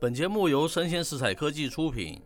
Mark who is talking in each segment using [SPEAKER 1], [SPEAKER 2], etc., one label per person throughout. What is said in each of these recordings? [SPEAKER 1] 本节目由生鲜食材科技出品，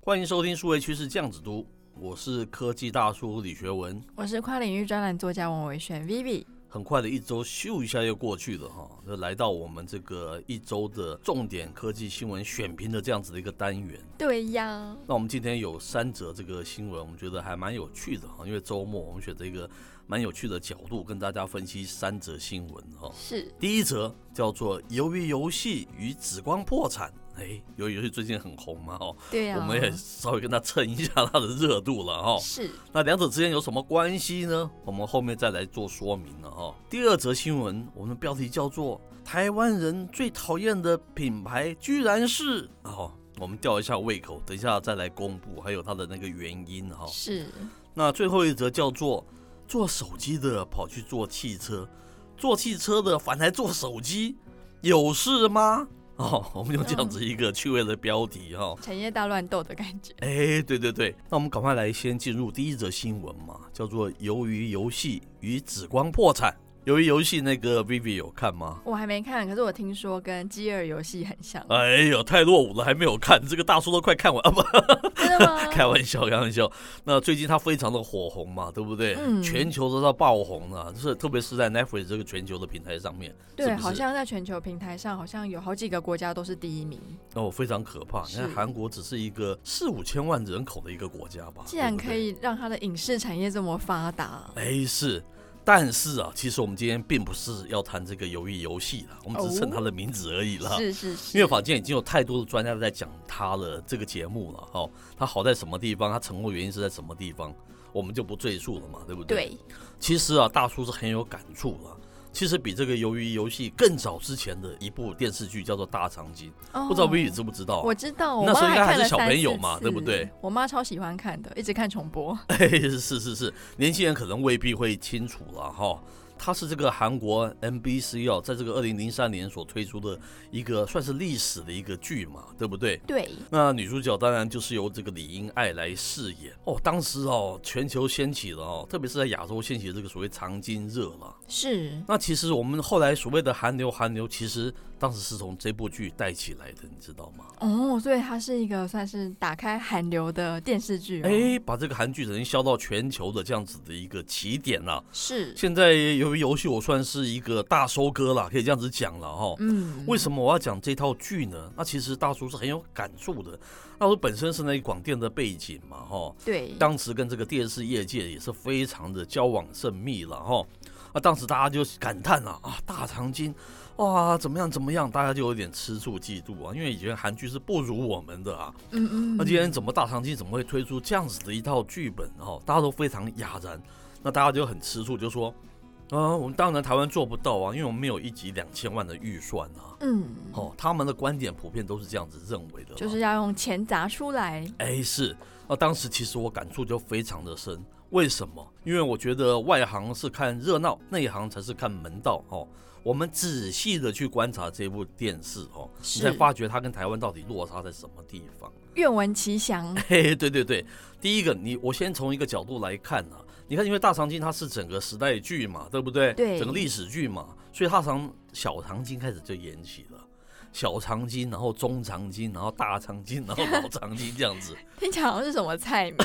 [SPEAKER 1] 欢迎收听数位趋势酱子都，我是科技大叔李学文。
[SPEAKER 2] 我是跨领域专栏作家王维轩 Vivi。
[SPEAKER 1] 很快的一周，咻一下又过去了哈，就来到我们这个一周的重点科技新闻选评的这样子的一个单元。
[SPEAKER 2] 对呀，
[SPEAKER 1] 那我们今天有三则这个新闻，我们觉得还蛮有趣的哈，因为周末我们选择一个蛮有趣的角度跟大家分析三则新闻哈。
[SPEAKER 2] 是
[SPEAKER 1] 第一则叫做“由于游戏与紫光破产”，哎，由于游戏最近很红嘛哦，
[SPEAKER 2] 对呀，
[SPEAKER 1] 我们也稍微跟它蹭一下它的热度了哦。
[SPEAKER 2] 是
[SPEAKER 1] 那两者之间有什么关系呢？我们后面再来做说明了哈、第二则新闻，我们的标题叫做“台湾人最讨厌的品牌居然是”哦，我们吊一下胃口，等一下再来公布，还有它的那个原因哈、
[SPEAKER 2] 是，
[SPEAKER 1] 那最后一则叫做“做手机的跑去做汽车，做汽车的反来做手机，有事吗？”哦，我们用这样子一个趣味的标题哈、
[SPEAKER 2] 产业大乱斗的感觉。
[SPEAKER 1] 哎，对对对，那我们赶快来先进入第一则新闻嘛，叫做“鱿鱼游戏与紫光破产”。鱿鱼游戏那个 Vivi 有看吗？，
[SPEAKER 2] 我还没看，可是我听说跟饥饿游戏很像
[SPEAKER 1] 哎呦，太落伍了，还没有看，这个大叔都快看完啊！不，
[SPEAKER 2] 嗯真的吗？
[SPEAKER 1] 开玩笑，开玩笑。那最近它非常的火红嘛，对不对？
[SPEAKER 2] 嗯
[SPEAKER 1] 全球都在爆红了、就是特别是在 Netflix 这个全球的平台上面，
[SPEAKER 2] 对，
[SPEAKER 1] 是不是
[SPEAKER 2] 好像在全球平台上，好像有好几个国家都是第一名。
[SPEAKER 1] 哦，非常可怕。你看
[SPEAKER 2] 是
[SPEAKER 1] 韩国只是一个四五千万人口的一个国家吧，
[SPEAKER 2] 既然
[SPEAKER 1] 对不对
[SPEAKER 2] 可以让它的影视产业这么发达，
[SPEAKER 1] 哎，是，但是啊，其实我们今天并不是要谈这个鱿鱼游戏啦，我们只是
[SPEAKER 2] 哦
[SPEAKER 1] 称它的名字而已啦。
[SPEAKER 2] 是是是，
[SPEAKER 1] 因为坊间已经有太多的专家在讲它了，这个节目了，哦，它好在什么地方，它成功的原因是在什么地方，我们就不赘述了嘛，对不对？。
[SPEAKER 2] 对，
[SPEAKER 1] 其实啊，大叔是很有感触的。其实比这个鱿鱼游戏更早之前的一部电视剧叫做《大长今》，不
[SPEAKER 2] 不
[SPEAKER 1] 知道 V 宇知不知道、啊？
[SPEAKER 2] 哦我知道，我
[SPEAKER 1] 那
[SPEAKER 2] 妈
[SPEAKER 1] 时候应该还
[SPEAKER 2] 看
[SPEAKER 1] 是
[SPEAKER 2] 了
[SPEAKER 1] 小
[SPEAKER 2] 三
[SPEAKER 1] 朋友
[SPEAKER 2] 四
[SPEAKER 1] 嘛对不
[SPEAKER 2] 次
[SPEAKER 1] 对？
[SPEAKER 2] 我妈超喜欢看的，一直看 重播。
[SPEAKER 1] 嘿，哎是是是，年轻人可能未必会清楚了哈。它是这个韩国 NBC 哦，在这个二零零三年所推出的一个算是历史的一个剧嘛，对不对？
[SPEAKER 2] 对，
[SPEAKER 1] 那女主角当然就是由这个李英爱来饰演哦。当时哦，全球掀起了哦，特别是在亚洲掀起了这个所谓长今热了。
[SPEAKER 2] 是
[SPEAKER 1] 那其实我们后来所谓的韩流，韩流其实当时是从这部剧带起来的，你知道吗？
[SPEAKER 2] 哦，所以它是一个算是打开韩流的电视剧、哦。
[SPEAKER 1] 哎，把这个韩剧能销到全球的这样子的一个起点啊呐、
[SPEAKER 2] 是，
[SPEAKER 1] 现在由于游戏，我算是一个大收割了，可以这样子讲了哈。
[SPEAKER 2] 嗯，
[SPEAKER 1] 为什么我要讲这套剧呢？那其实大叔是很有感触的。大叔本身是那广电的背景嘛，哈，
[SPEAKER 2] 对，
[SPEAKER 1] 当时跟这个电视业界也是非常的交往甚密了，哈。啊，当时大家就感叹啊，啊，大长今，哇，怎么样怎么样，大家就有点吃醋嫉妒啊，因为以前韩剧是不如我们的啊。
[SPEAKER 2] 嗯嗯，
[SPEAKER 1] 那今天怎么大长今怎么会推出这样子的一套剧本哦？大家都非常哑然，那大家就很吃醋，就说，啊、我们当然台湾做不到啊，因为我们没有一集两千万的预算啊。
[SPEAKER 2] 嗯，
[SPEAKER 1] 哦，他们的观点普遍都是这样子认为的啦，
[SPEAKER 2] 就是要用钱砸出来，
[SPEAKER 1] 哎是。那当时其实我感触就非常的深，为什么？因为我觉得外行是看热闹，内行才是看门道哦。我们仔细的去观察这部电视哦，你才
[SPEAKER 2] 是
[SPEAKER 1] 发觉它跟台湾到底落差在什么地方。
[SPEAKER 2] 愿闻其详。
[SPEAKER 1] 嘿，对对对，第一个你我先从一个角度来看啊，你看，因为大长今它是整个时代剧嘛，对不对？
[SPEAKER 2] 对
[SPEAKER 1] 整个历史剧嘛，所以它从小长今开始就延起了。小长今，然后中长今，然后大长今，然后老长今，这样子，
[SPEAKER 2] 听起来好像是什么菜 名？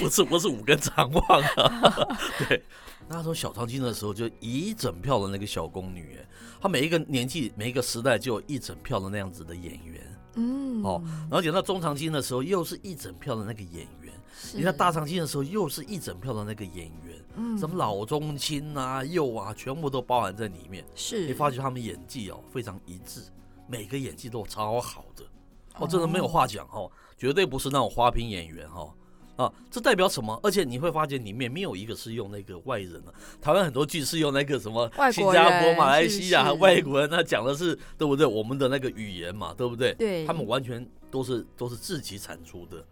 [SPEAKER 1] 不是不是五根长旺啊， 对。那时候小长今的时候，就一整票的那个小宫女，哎她每一个年纪、每一个时代就有一整票的那样子的演员，
[SPEAKER 2] 嗯，
[SPEAKER 1] 哦，然后演到中长今的时候，又是一整票的那个演员，
[SPEAKER 2] 是，
[SPEAKER 1] 你看大长今的时候，又是一整票的那个演员，
[SPEAKER 2] 嗯
[SPEAKER 1] 什么老中青啊、幼啊，全部都包含在里面。
[SPEAKER 2] 是，
[SPEAKER 1] 你发觉他们演技哦非常一致，每个演技都超好的，哦，真的没有话讲哦，绝对不是那种花瓶演员哦。啊，这代表什么？而且你会发现里面没有一个是用那个外人的、台湾很多剧是用那个什么
[SPEAKER 2] 外
[SPEAKER 1] 新
[SPEAKER 2] 国
[SPEAKER 1] 加坡、
[SPEAKER 2] 人
[SPEAKER 1] 马来
[SPEAKER 2] 是
[SPEAKER 1] 西亚、
[SPEAKER 2] 是
[SPEAKER 1] 外国人，那讲的是对不对？我们的那个语言嘛，对不对？
[SPEAKER 2] 对
[SPEAKER 1] 他们完全都是都是自己产出的。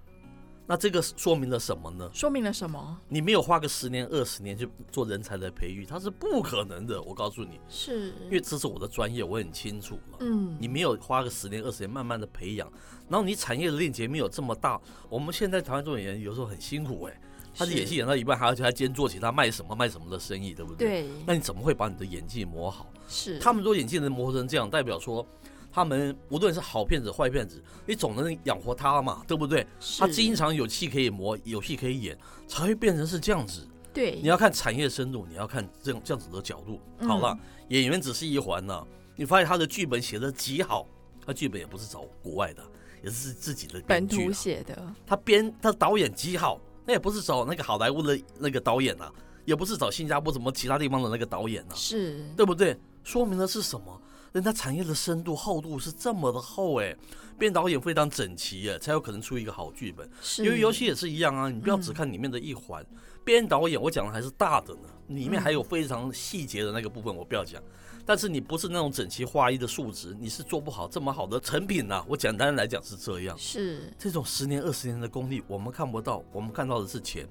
[SPEAKER 1] 那这个说明了什么呢？
[SPEAKER 2] 说明了什么？
[SPEAKER 1] 你没有花个十年二十年去做人才的培育，它是不可能的。我告诉你，
[SPEAKER 2] 是，
[SPEAKER 1] 因为这是我的专业，我很清楚了。
[SPEAKER 2] 嗯，
[SPEAKER 1] 你没有花个十年二十年慢慢的培养，然后你产业的链接没有这么大。我们现在台湾这种演员有时候很辛苦哎、他是演戏演到一半，还要去他兼做其他卖什么卖什么的生意，对不对？嗯
[SPEAKER 2] 对，
[SPEAKER 1] 那你怎么会把你的演技磨好？
[SPEAKER 2] 是
[SPEAKER 1] 他们说演技能磨成这样，代表说他们无论是好骗子、坏骗子，你总能养活他嘛，对不对？他经常有戏可以磨，有戏可以演，才会变成是这样子。
[SPEAKER 2] 对
[SPEAKER 1] 你要看产业深度，你要看这种这样子的角度。
[SPEAKER 2] 嗯
[SPEAKER 1] 好了，演员只是一环呐、你发现他的剧本写的极好，他剧本也不是找国外的，也是自己的编
[SPEAKER 2] 本
[SPEAKER 1] 剧
[SPEAKER 2] 土
[SPEAKER 1] 啊、
[SPEAKER 2] 写的，
[SPEAKER 1] 他编他导演极好，那也不是找那个好莱坞的那个导演啊，也不是找新加坡什么其他地方的那个导演啊，
[SPEAKER 2] 是
[SPEAKER 1] 对不对？说明的是什么？人家产业的深度厚度是这么的厚哎、编导演非常整齐哎、才有可能出一个好剧本。
[SPEAKER 2] 是，
[SPEAKER 1] 因为游戏也是一样啊，你不要只看里面的一环，编、导演我讲的还是大的呢，里面还有非常细节的那个部分，我不要讲。但是你不是那种整齐划一的数值，你是做不好这么好的成品呐、我简单来讲是这样，
[SPEAKER 2] 是
[SPEAKER 1] 这种十年二十年的功力我们看不到，我们看到的是钱，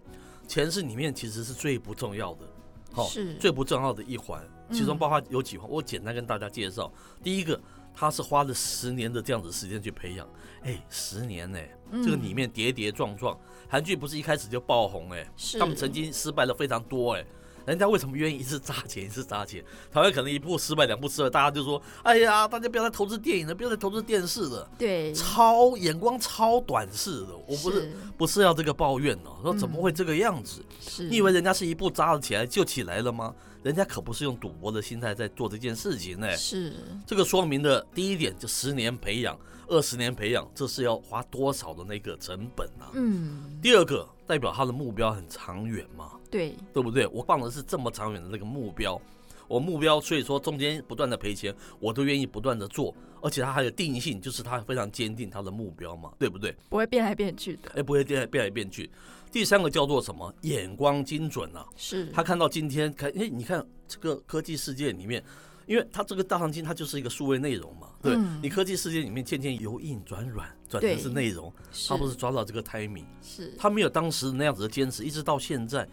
[SPEAKER 1] 钱是里面其实是最不重要的，好、
[SPEAKER 2] 是
[SPEAKER 1] 最不重要的一环，其中包括有几环，我简单跟大家介绍。第一个，他是花了十年的这样子时间去培养，哎，十年呢、
[SPEAKER 2] 嗯
[SPEAKER 1] 这个里面跌跌撞撞，韩剧不是一开始就爆红哎、
[SPEAKER 2] 是
[SPEAKER 1] 他们曾经失败了非常多哎、人家为什么愿意一次砸钱一次砸钱？台湾可能一部失败两部失败，大家就说：“哎呀，大家不要再投资电影了，不要再投资电视了，
[SPEAKER 2] 对
[SPEAKER 1] 超眼光超短视的。”我不是不是要这个抱怨哦，说怎么会这个样子？
[SPEAKER 2] 嗯是，
[SPEAKER 1] 你以为人家是一步扎了起来就起来了吗？人家可不是用赌博的心态在做这件事情呢、
[SPEAKER 2] 是
[SPEAKER 1] 这个说明的第一点，就十年培养、二十年培养，这是要花多少的那个成本啊？
[SPEAKER 2] 嗯
[SPEAKER 1] 第二个，代表他的目标很长远嘛，
[SPEAKER 2] 对
[SPEAKER 1] 对不对？我放的是这么长远的那个目标，我目标，所以说中间不断的赔钱，我都愿意不断的做，而且他还有定性，就是他非常坚定他的目标嘛，对不对？
[SPEAKER 2] 不会变来变去的，
[SPEAKER 1] 哎，不会变来变来变去。第三个叫做什么？眼光精准啊，
[SPEAKER 2] 是
[SPEAKER 1] 他看到今天，看，哎，你看这个科技世界里面，因为它这个大长今它就是一个数位内容嘛，对，
[SPEAKER 2] 嗯
[SPEAKER 1] 你科技世界里面渐渐由硬转软，转成是
[SPEAKER 2] 对
[SPEAKER 1] 内容，
[SPEAKER 2] 是
[SPEAKER 1] 它不是抓到这个 timing，
[SPEAKER 2] 是
[SPEAKER 1] 他没有当时那样子的坚持，一直到现在，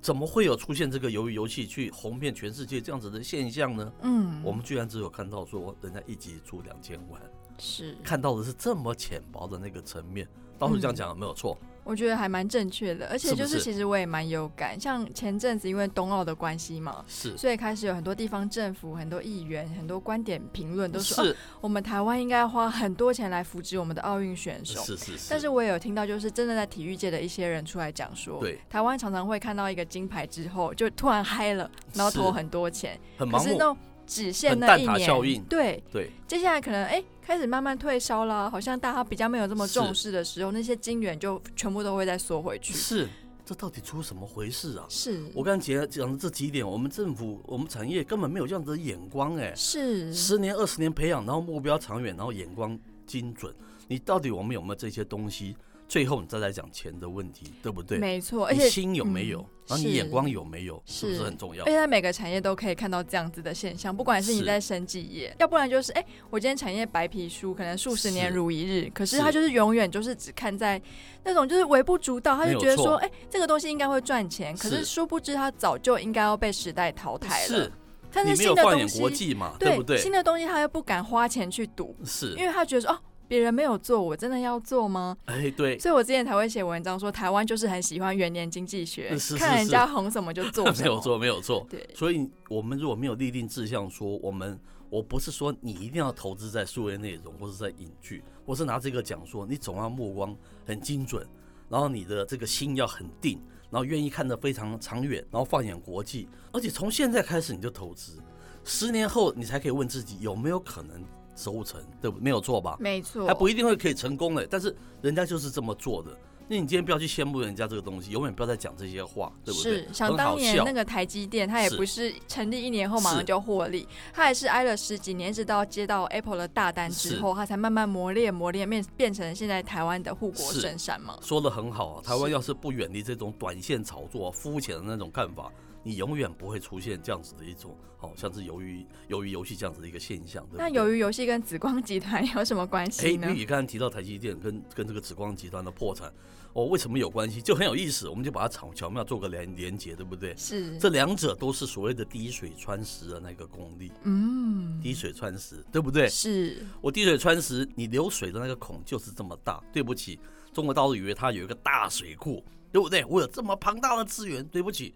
[SPEAKER 1] 怎么会有出现这个由于游戏去红遍全世界这样子的现象呢？
[SPEAKER 2] 嗯
[SPEAKER 1] 我们居然只有看到说人家一集出两千万，
[SPEAKER 2] 是，
[SPEAKER 1] 看到的是这么浅薄的那个层面。到处这样讲有没有错？
[SPEAKER 2] 我觉得还蛮正确的，而且
[SPEAKER 1] 是不
[SPEAKER 2] 就是
[SPEAKER 1] 是
[SPEAKER 2] 其实我也蛮有感，像前阵子因为冬奥的关系嘛。
[SPEAKER 1] 是
[SPEAKER 2] 所以开始有很多地方政府、很多议员、很多观点评论都说，哦
[SPEAKER 1] 是
[SPEAKER 2] 我们台湾应该花很多钱来扶植我们的奥运选手。
[SPEAKER 1] 是是是，
[SPEAKER 2] 但是我也有听到，就是真的在体育界的一些人出来讲说，
[SPEAKER 1] 对
[SPEAKER 2] 台湾常常会看到一个金牌之后就突然嗨了，然后
[SPEAKER 1] 是
[SPEAKER 2] 投很多钱，
[SPEAKER 1] 很
[SPEAKER 2] 可
[SPEAKER 1] 盲
[SPEAKER 2] 是
[SPEAKER 1] 目
[SPEAKER 2] 那。种只限
[SPEAKER 1] 很
[SPEAKER 2] 那
[SPEAKER 1] 蛋
[SPEAKER 2] 一
[SPEAKER 1] 挞
[SPEAKER 2] 年，
[SPEAKER 1] 效应
[SPEAKER 2] 对，
[SPEAKER 1] 对，
[SPEAKER 2] 接下来可能哎、开始慢慢退烧了，好像大家比较没有这么
[SPEAKER 1] 是
[SPEAKER 2] 重视的时候，那些金元就全部都会再缩回去。
[SPEAKER 1] 是，这到底出什么回事啊？
[SPEAKER 2] 是，
[SPEAKER 1] 我刚才讲讲的这几点，我们政府、我们产业根本没有这样子的眼光哎、
[SPEAKER 2] 是
[SPEAKER 1] 十年、二十年培养，然后目标长远，然后眼光精准，你到底我们有没有这些东西？最后你再来讲钱的问题，对不对？
[SPEAKER 2] 没错，而
[SPEAKER 1] 你
[SPEAKER 2] 且
[SPEAKER 1] 心有没有？
[SPEAKER 2] 嗯
[SPEAKER 1] 然后你
[SPEAKER 2] 是
[SPEAKER 1] 眼光有没有？是不是
[SPEAKER 2] 是
[SPEAKER 1] 很重要
[SPEAKER 2] 而？且在每个产业都可以看到这样子的现象，不管是你
[SPEAKER 1] 是
[SPEAKER 2] 在生技业，要不然就是哎、我今天产业白皮书，可能数十年
[SPEAKER 1] 是
[SPEAKER 2] 如一日，可是
[SPEAKER 1] 是
[SPEAKER 2] 他就是永远就是只看在那种就是微不足道，他
[SPEAKER 1] 没
[SPEAKER 2] 就
[SPEAKER 1] 有
[SPEAKER 2] 觉得
[SPEAKER 1] 错
[SPEAKER 2] 说，哎、这个东西应该会赚钱，可
[SPEAKER 1] 是
[SPEAKER 2] 是殊不知他早就应该要被时代淘汰了。
[SPEAKER 1] 是，
[SPEAKER 2] 但
[SPEAKER 1] 你
[SPEAKER 2] 是
[SPEAKER 1] 没有
[SPEAKER 2] 新的
[SPEAKER 1] 放
[SPEAKER 2] 东
[SPEAKER 1] 眼国
[SPEAKER 2] 西，
[SPEAKER 1] 际嘛，对不对
[SPEAKER 2] 新？的东西他又不敢花钱去赌，
[SPEAKER 1] 是
[SPEAKER 2] 因，为他觉得说哦。别人没有做，我真的要做吗？
[SPEAKER 1] 哎，对，
[SPEAKER 2] 所以我之前才会写文章说，台湾就是很喜欢元年经济学，
[SPEAKER 1] 是是
[SPEAKER 2] 看人
[SPEAKER 1] 是
[SPEAKER 2] 家红什么就做什
[SPEAKER 1] 没
[SPEAKER 2] 么。
[SPEAKER 1] 有错，没有错。
[SPEAKER 2] 对，
[SPEAKER 1] 所以我们如果没有立定志向，说我们，我不是说你一定要投资在数位内容或者在影剧，我是拿这个讲说，你总要目光很精准，然后你的这个心要很定，然后愿意看得非常长远，然后放眼国际，而且从现在开始你就投资，十年后你才可以问自己有没有可能收成，对不？没有错吧？
[SPEAKER 2] 没错，
[SPEAKER 1] 还不一定会可以成功嘞，但是人家就是这么做的。那你今天不要去羡慕人家这个东西，永远不要再讲这些话，对不对？
[SPEAKER 2] 是，
[SPEAKER 1] 很
[SPEAKER 2] 想
[SPEAKER 1] 好
[SPEAKER 2] 当年
[SPEAKER 1] 笑
[SPEAKER 2] 那个台积电，它也
[SPEAKER 1] 是
[SPEAKER 2] 不是成立一年后马
[SPEAKER 1] 是
[SPEAKER 2] 上就获利，它也是挨了十几年，一直到接到 Apple 的大单
[SPEAKER 1] 是
[SPEAKER 2] 之后，它才慢慢磨练磨练，变变成现在台湾的护国
[SPEAKER 1] 是
[SPEAKER 2] 神山嘛。
[SPEAKER 1] 说的很好啊，台湾要是不远离这种短线炒作、肤浅的那种看法，你永远不会出现这样子的一种，哦，像是鱿鱼鱿鱼游戏这样子的一个现象。对不对
[SPEAKER 2] 那由于游戏跟紫光集团 有什么关
[SPEAKER 1] 哎，
[SPEAKER 2] 系呢
[SPEAKER 1] 玉？宇刚才提到台积电跟跟这个紫光集团的破产，哦，为什么有关系？就很有意思，我们就把它巧巧妙做个连连接，对不对？
[SPEAKER 2] 是，
[SPEAKER 1] 这两者都是所谓的滴水穿石的那个功力，
[SPEAKER 2] 嗯，
[SPEAKER 1] 滴水穿石，对不对？
[SPEAKER 2] 是
[SPEAKER 1] 我滴水穿石，你流水的那个孔就是这么大。对不起，中国大陆以为它有一个大水库，对不对？我有这么庞大的资源，对不起，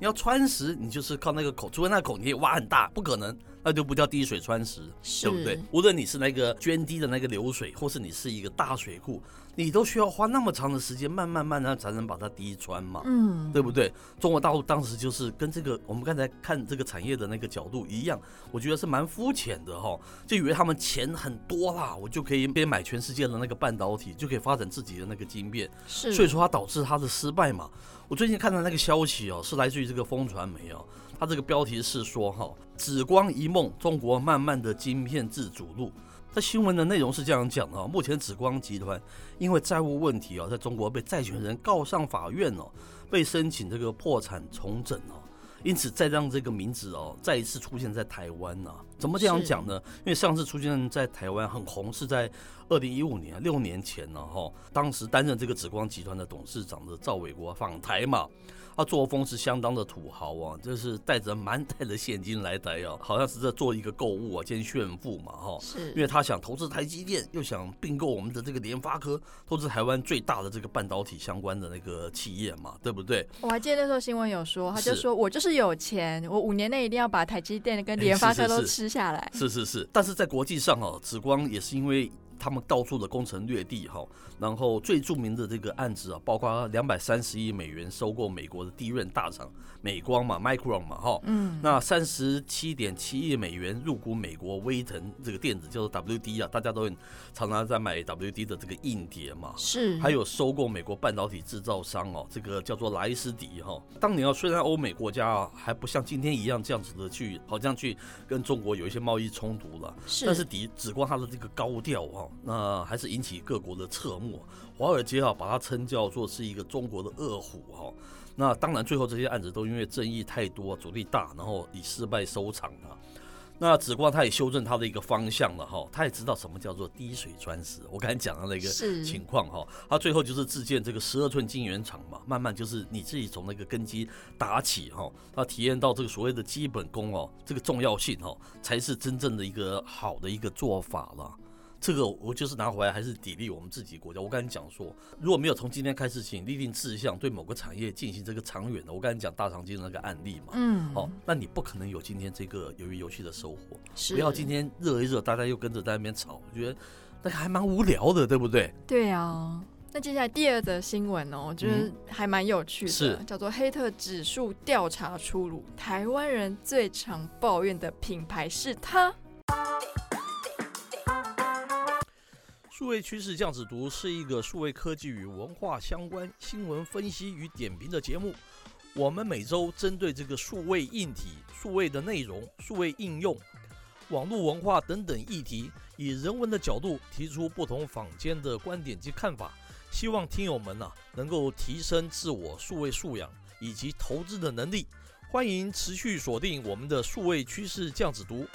[SPEAKER 1] 你要穿石，你就是靠那个孔，除非那个孔你可以挖很大，不可能，那那就不叫滴水穿石，
[SPEAKER 2] 是
[SPEAKER 1] 对不对？无论你是那个涓滴的那个流水，或是你是一个大水库，你都需要花那么长的时间，慢慢慢慢才能把它滴穿嘛。
[SPEAKER 2] 嗯，
[SPEAKER 1] 对不对？中国大陆当时就是跟这个我们刚才看这个产业的那个角度一样，我觉得是蛮肤浅的哈、就以为他们钱很多啦，我就可以边买全世界的那个半导体，就可以发展自己的那个晶片，
[SPEAKER 2] 是，
[SPEAKER 1] 所以说它导致它的失败嘛。我最近看到那个消息哦，是来自于这个风传媒哦，它这个标题是说哈、紫光一梦，中国慢慢的晶片自主路。这新闻的内容是这样讲的、哦：目前紫光集团因为债务问题哦，在中国被债权人告上法院哦，被申请这个破产重整哦，因此再让这个名字哦再一次出现在台湾呢、怎么这样
[SPEAKER 2] 是
[SPEAKER 1] 讲呢？因为上次出现在台湾很红是在二零一五年六年前呢、哈、当时担任这个紫光集团的董事长的赵伟国访台嘛，他作风是相当的土豪啊，就是带着满袋的现金来台哦，好像是在做一个购物啊兼炫富嘛哈、
[SPEAKER 2] 是，
[SPEAKER 1] 因为他想投资台积电，又想并购我们的这个联发科，投资台湾最大的这个半导体相关的那个企业嘛，对不对？
[SPEAKER 2] 我还记得那时候新闻有说，他就是说我就是有钱，我五年内一定要把台积电跟
[SPEAKER 1] 哎
[SPEAKER 2] 联
[SPEAKER 1] 是
[SPEAKER 2] 发
[SPEAKER 1] 是
[SPEAKER 2] 科都
[SPEAKER 1] 是
[SPEAKER 2] 吃下来。
[SPEAKER 1] 是是是，但是在国际上哦，紫光也是因为他们到处的攻城略地哈、然后最著名的这个案子啊，包括两百三十亿美元收购美国的地润大厂美光嘛，Micron 嘛哈、
[SPEAKER 2] 嗯，
[SPEAKER 1] 那三十七点七亿美元入股美国威腾这个电子，叫做 WD 啊，大家都很常常在买 WD 的这个硬碟嘛。
[SPEAKER 2] 是，
[SPEAKER 1] 还有收购美国半导体制造商哦，这个叫做莱斯迪哈、当年啊，虽然欧美国家啊还不像今天一样这样子的去，好像去跟中国有一些贸易冲突了，
[SPEAKER 2] 是，
[SPEAKER 1] 但是底只光它的这个高调啊，那还是引起各国的侧目。华尔街啊，把它称叫做是一个中国的恶虎哈、那当然，最后这些案子都因为争议太多、阻力大，然后以失败收场了、那紫光他也修正他的一个方向了哈，他也知道什么叫做滴水穿石。我刚才讲的那个
[SPEAKER 2] 是
[SPEAKER 1] 情况哈，他最后就是自建这个十二寸晶圆厂嘛，慢慢就是你自己从那个根基打起哈，那体验到这个所谓的基本功哦，这个重要性哦，才是真正的一个好的一个做法了。这个我就是拿回来，还是砥砺我们自己国家。我刚才讲说，如果没有从今天开始，请立定志向，对某个产业进行这个长远的。我刚才讲大长今的那个案例嘛，
[SPEAKER 2] 嗯，
[SPEAKER 1] 哦，那你不可能有今天这个鱿鱼游戏的收获。
[SPEAKER 2] 是，
[SPEAKER 1] 不要今天热一热，大家又跟着在那边吵，我觉得那个还蛮无聊的，对不对？
[SPEAKER 2] 对啊。那接下来第二则新闻哦，我觉得
[SPEAKER 1] 嗯
[SPEAKER 2] 还蛮有趣的，
[SPEAKER 1] 是
[SPEAKER 2] 叫做黑特指数调查出炉，台湾人最常抱怨的品牌是它。
[SPEAKER 1] 数位趋势酱子读是一个数位科技与文化相关新闻分析与点评的节目。我们每周针对这个数位硬体、数位的内容、数位应用、网络文化等等议题，以人文的角度提出不同坊间的观点及看法，希望听友们呐、能够提升自我数位素养以及投资的能力。欢迎持续锁定我们的数位趋势酱子读。